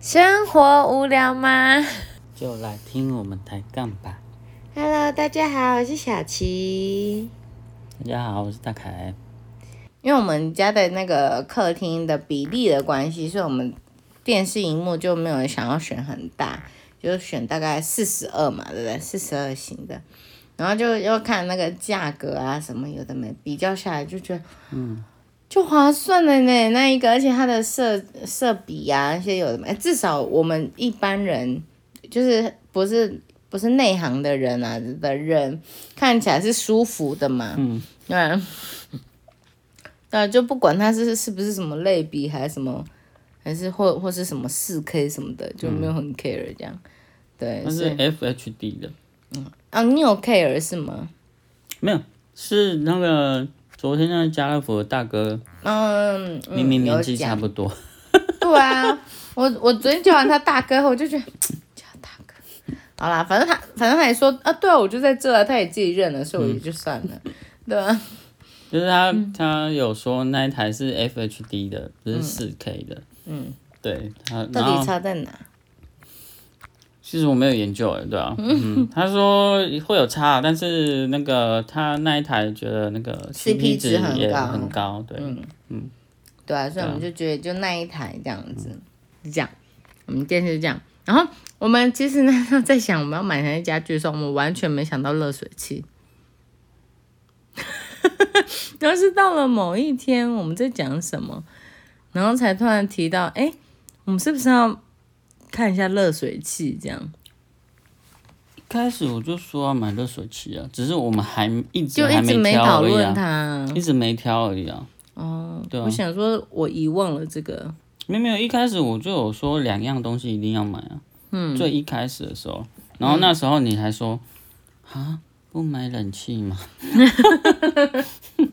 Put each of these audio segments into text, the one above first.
生活无聊吗就来听我们抬杠吧。 ？Hello，大家好，我是小琪。大家好，我是大哎凯。因为我们家的那个客厅的比例的关系，所以我们电视荧幕就没有想要选很大，就选大概四十二嘛，对不对？四十二型的，然后就要看那个价格啊什么有的没，比较下来就觉得，嗯，就划算了呢。那一个，而且它的色色比啊那些有的没，至少我们一般人就是不是不是内行的人啊的人看起来是舒服的嘛，嗯，对啊。 那就不管它是是不是什么类比，还是什么，还是或或是什么四 K 什么的，就没有很 care 这样。对，那所以是 FHD 的，啊，你有 care 是吗？没有，是那个昨天那个家乐福的大哥，嗯，嗯明明年纪有差讲不多，对啊，我我昨天叫完他大哥后，我就觉得叫他大哥。好啦，反正他反正他也说啊，对啊，我就在这啊，他也自己认了，所以我也就算了，对啊吧、就是他嗯他有说那一台是 FHD 的，不是四 K 的。嗯，对，他然到后底差在哪？其实我没有研究哎，对啊，嗯，他说会有差，但是那个他那一台觉得那个 CP 值值很也高嗯很高，对，对啊，所以我们就觉得就那一台这样子，嗯是这样，我们电视是这样。然后我们其实呢在想我们要买哪些家具的时候，我们完全没想到热水器。 然后是到了某一天我们在讲什么，然后才突然提到，哎，我们是不是要看一下热水器？这嗯样一开始我就说要买热水器啊，只是我们还一直就还一直没挑讨而已论啊，它。一直没挑而已啊。哦，对啊我想说我遗忘了这个。没有没有，一开始我就有说两样东西一定要买啊。嗯，最一开始的时候，然后那时候你还说啊、不买冷气嘛，对，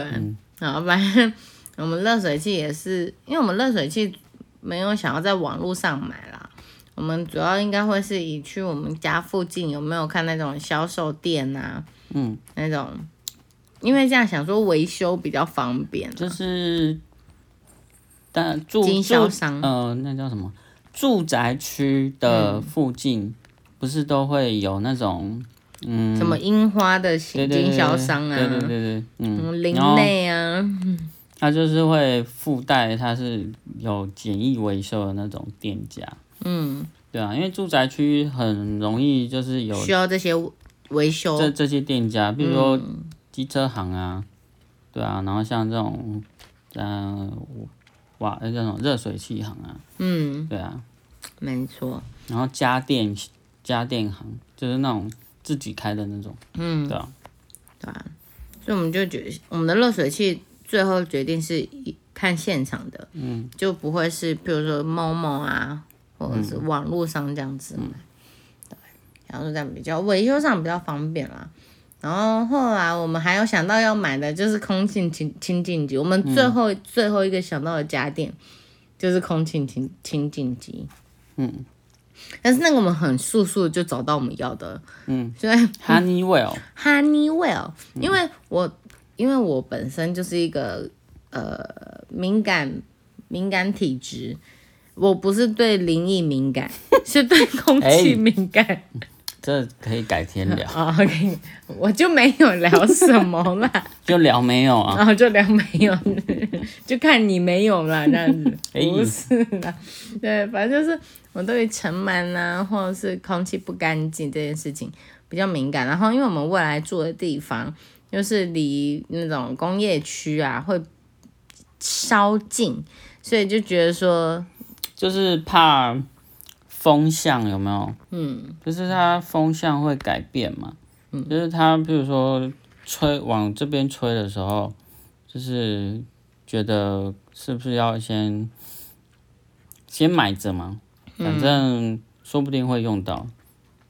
嗯然后反正我们热水器也是，因为我们热水器没有想要在网络上买啦，我们主要应该会是以去我们家附近有没有看那种销售店啊，嗯，那种，因为这样想说维修比较方便啊，就是但住经住销商嗯呃那叫什么住宅区的附近，不是都会有那种嗯什么樱花的对对对经销商啊，对对对对，嗯，嗯，林然后内啊，它就是会附带它是有简易维修的那种店家。嗯，对啊，因为住宅区很容易就是有需要这些维修，这这些店家，比如说机车行啊，对啊，然后像这种，嗯、哇，那叫什么热水器行啊，嗯，对啊，没错，然后家电家电行就是那种自己开的那种，嗯，对啊，所以我们就决我们的热水器最后决定是一看现场的，嗯，就不会是比如说某某啊，或者嗯是网络上这样子买，对，然后就这样比较维修上比较方便啦。然后后来我们还有想到要买的就是空气清清净机，我们最嗯后、最后一个想到的家电就是空气清清净机，嗯但是那个我们很速速就找到我们要的了，嗯所以，Honeywell， Honeywell，因为我、因为我本身就是一个呃敏感敏感体质，我不是对灵异敏感，是对空气哎敏感。这可以改天 聊，哦 OK，我就没有聊什么啦，就聊没有啊，然后就聊没有，就看你没有啦这样子。 哎、不是啦，对，反正就是我对于尘螨啊，或者是空气不干净这件事情比较敏感。然后，因为我们未来住的地方就是离那种工业区啊会稍近，所以就觉得说，就是怕风向有没有？嗯，就是它风向会改变嘛。嗯，就是它，比如说吹往这边吹的时候，就是觉得是不是要先先买着嘛？反正说不定会用到。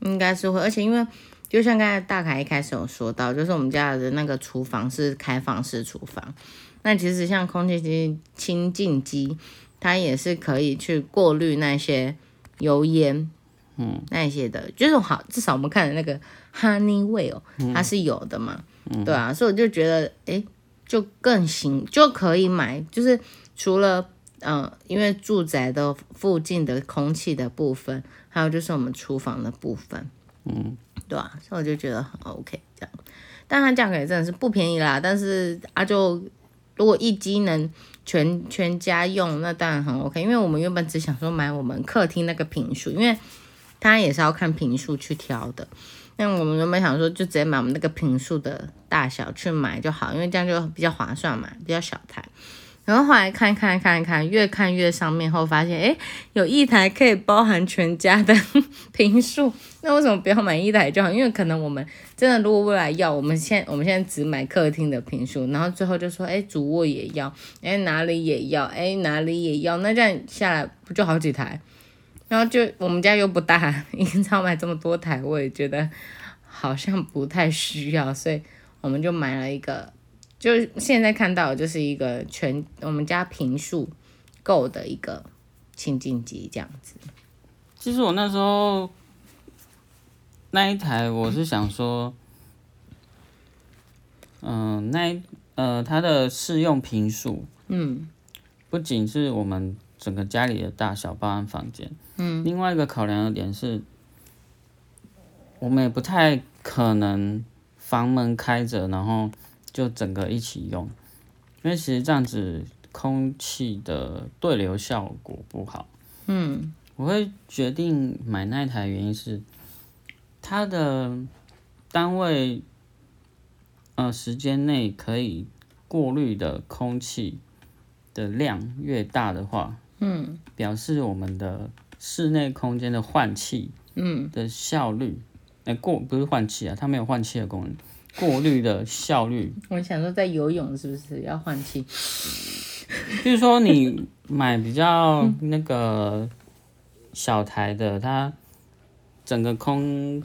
应该是会，而且因为就像刚才大凯一开始有说到，就是我们家的那个厨房是开放式厨房，那其实像空气清清净机，它也是可以去过滤那些油烟，嗯，那一些的，就是好，至少我们看的那个 Honeywell，它是有的嘛，对啊，所以我就觉得，诶，就更行，就可以买，就是除了嗯，因为住宅的附近的空气的部分，还有就是我们厨房的部分，嗯，对啊，所以我就觉得很 OK 这样。但它价格也真的是不便宜啦，但是啊就如果一机能全全家用，那当然很 OK。因为我们原本只想说买我们客厅那个平数，因为它也是要看平数去挑的。那我们原本想说就直接买我们那个平数的大小去买就好，因为这样就比较划算嘛，比较小台。然后后来看看看看，越看越上面后发现，哎，有一台可以包含全家的 平数，那为什么不要买一台就好？因为可能我们真的如果未来要，我们现我们现在只买客厅的平数，然后最后就说，哎，主卧也要，哎，哪里也要，哎，哪里也要，那这样下来不就好几台？然后就我们家又不大， 硬要买这么多台，我也觉得好像不太需要，所以我们就买了一个就是现在看到的就是一个全我们家平数够的一个清净机这样子。其实我那时候那一台，我是想说，嗯、那一呃，它的适用频数，嗯不仅是我们整个家里的大小，包含房间，嗯，另外一个考量的点是，我们也不太可能房门开着，然后就整个一起用，因为其实这样子空气的对流效果不好。嗯我会决定买那一台的原因是，它的单位呃时间内可以过滤的空气的量越大的话，嗯，表示我们的室内空间的换气嗯的效率，哎、过不是换气啊，它没有换气的功能，过滤的效率，我想说在游泳是不是要换气？比如说你买比较那个小台的，它整个空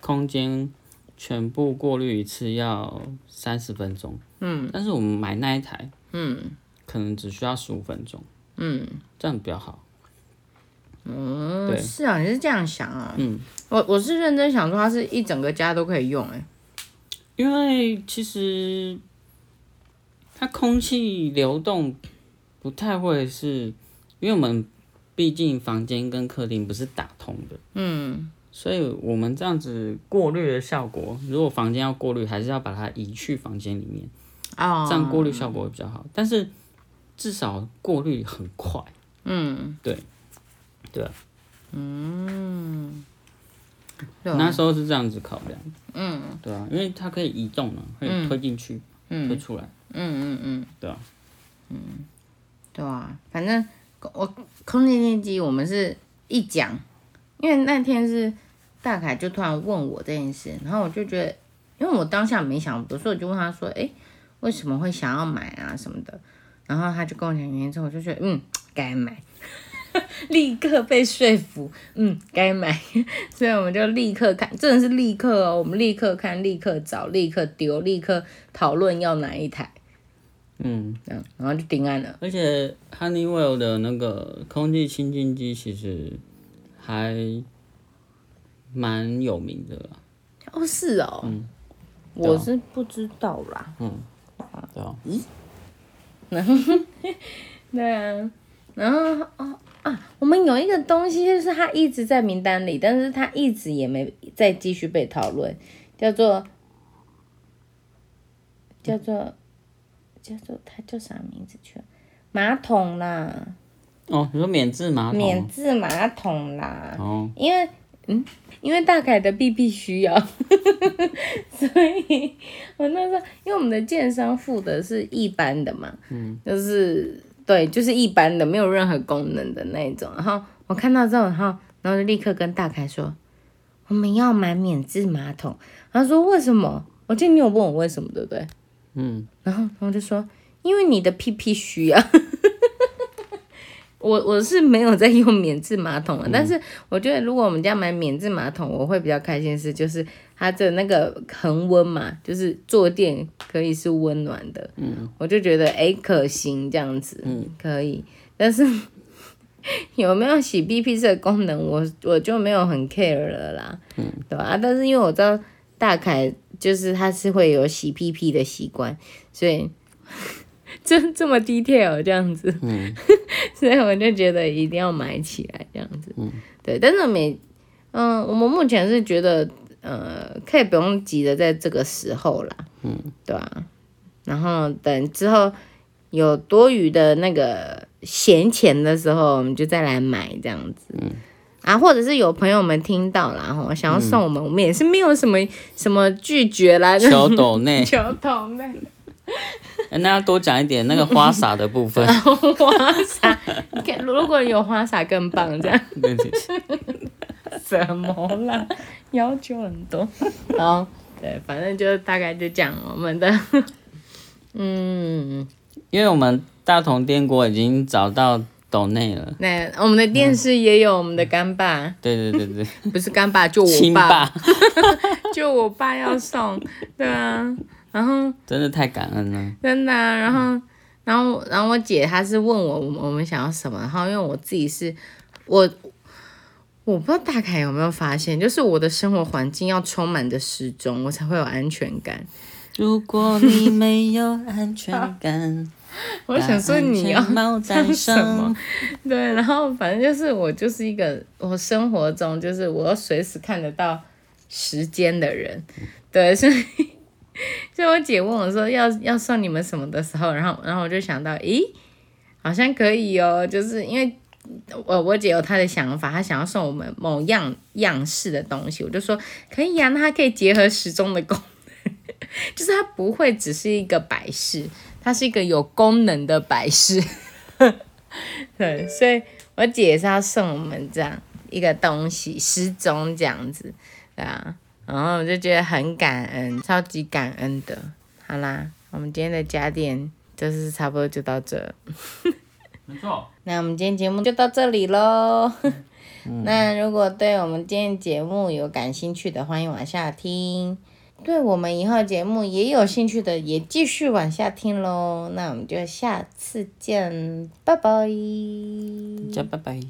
空间全部过滤一次要三十分钟，嗯，但是我们买那一台嗯可能只需要十五分钟，嗯这样比较好。嗯，对是啊，你是这样想啊？嗯，我我是认真想说，它是一整个家都可以用哎、因为其实它空气流动不太会是，因为我们毕竟房间跟客厅不是打通的。嗯所以我们这样子过滤的效果，如果房间要过滤，还是要把它移去房间里面，哦，这样过滤效果会比较好。但是至少过滤很快，嗯对对啊嗯，对啊那时候是这样子考量。嗯，对啊，因为它可以移动嘛，可以嗯推进去，推出来。嗯嗯嗯，对啊，对啊，反正我空气净化机我们是一讲，因为那天是大凯就突然问我这件事，然后我就觉得，因为我当下没想多，所以我就问他说，诶，为什么会想要买啊什么的，然后他就跟我讲原因之后，我就觉得嗯该买，立刻被说服，嗯该买，所以我们就立刻看，真的是立刻哦，我们立刻看，立刻找，立刻丢，立刻讨论要哪一台，嗯，嗯，然后就定案了。而且 Honeywell 的那个空气清净机其实还蛮有名的啦。哦，是哦，对啊嗯我是不知道啦。对啊， 对啊，然后哦啊，我们有一个东西，就是它一直在名单里，但是它一直也没再继续被讨论，叫做叫做叫做它叫啥名字去了？马桶啦，哦，你说免治马桶？免治马桶啦。 哦，因为嗯，因为大凯的必必需要， 所以我那时候因为我们的建商付的是一般的嘛，嗯，就是对，就是一般的，没有任何功能的那一种。然后我看到之后，然后然后就立刻跟大凯说，我们要买免治马桶。他说为什么？我记得你有问我为什么，对不对？嗯，然后然后就说，因为你的屁屁需要。我我是没有在用免治马桶了，但是我觉得如果我们家买免治马桶，我会比较开心的是，就是它的那个恒温嘛，就是坐垫可以是温暖的，嗯，我就觉得诶可行这样子，嗯，可以，但是 有没有洗屁屁这个功能，我我就没有很 care 了啦，嗯，对吧、啊？但是因为我知道大凯就是他是会有洗屁屁的习惯，所以这这么 detail 这样子， 所以我就觉得一定要买起来这样子，对。但是每，嗯、我们目前是觉得，呃，可以不用急着在这个时候啦，嗯，对啊。然后等之后有多余的那个闲钱的时候，我们就再来买这样子，嗯。啊，或者是有朋友们听到啦，吼，想要送我们，我们也是没有什么什么拒绝啦，，求斗 内求同妹。哎那要多讲一点那个花洒的部分。花洒，你看如果有花洒更棒，这样对对对 什么啦？要求很多。然后对，反正就大概就讲我们的，嗯，因为我们大同电锅已经找到斗内了。那我们的电视也有我们的干爸，对对对对，不是干爸，就我亲爸，爸，就我爸要送，对啊，然后真的太感恩了。真的啊、然后，然后，然后我姐她是问我我们我们想要什么，然后因为我自己是，我我不知道大凯有没有发现，就是我的生活环境要充满着时钟，我才会有安全感。如果你没有安全感， 我想说你要把安全帽 戴什么上， 对，然后反正就是我就是一个我生活中就是我要随时看得到时间的人，对，所以 所以我姐问我说要要送你们什么的时候，然后然后我就想到，咦，好像可以哦，就是因为。呃我我姐有她的想法，她想要送我们某样样式的东西，我就说可以呀、啊那它可以结合时钟的功能， 就是它不会只是一个摆饰，它是一个有功能的摆饰。 对，所以我姐是要送我们这样一个东西，失踪这样子，对啊，然后我就觉得很感恩，超级感恩的。好啦，我们今天的家电就是差不多就到这，没错，那我们今天节目就到这里喽。 那如果对我们今天节目有感兴趣的，欢迎往下听；对我们以后节目也有兴趣的，也继续往下听喽。那我们就下次见，拜拜。大家拜拜。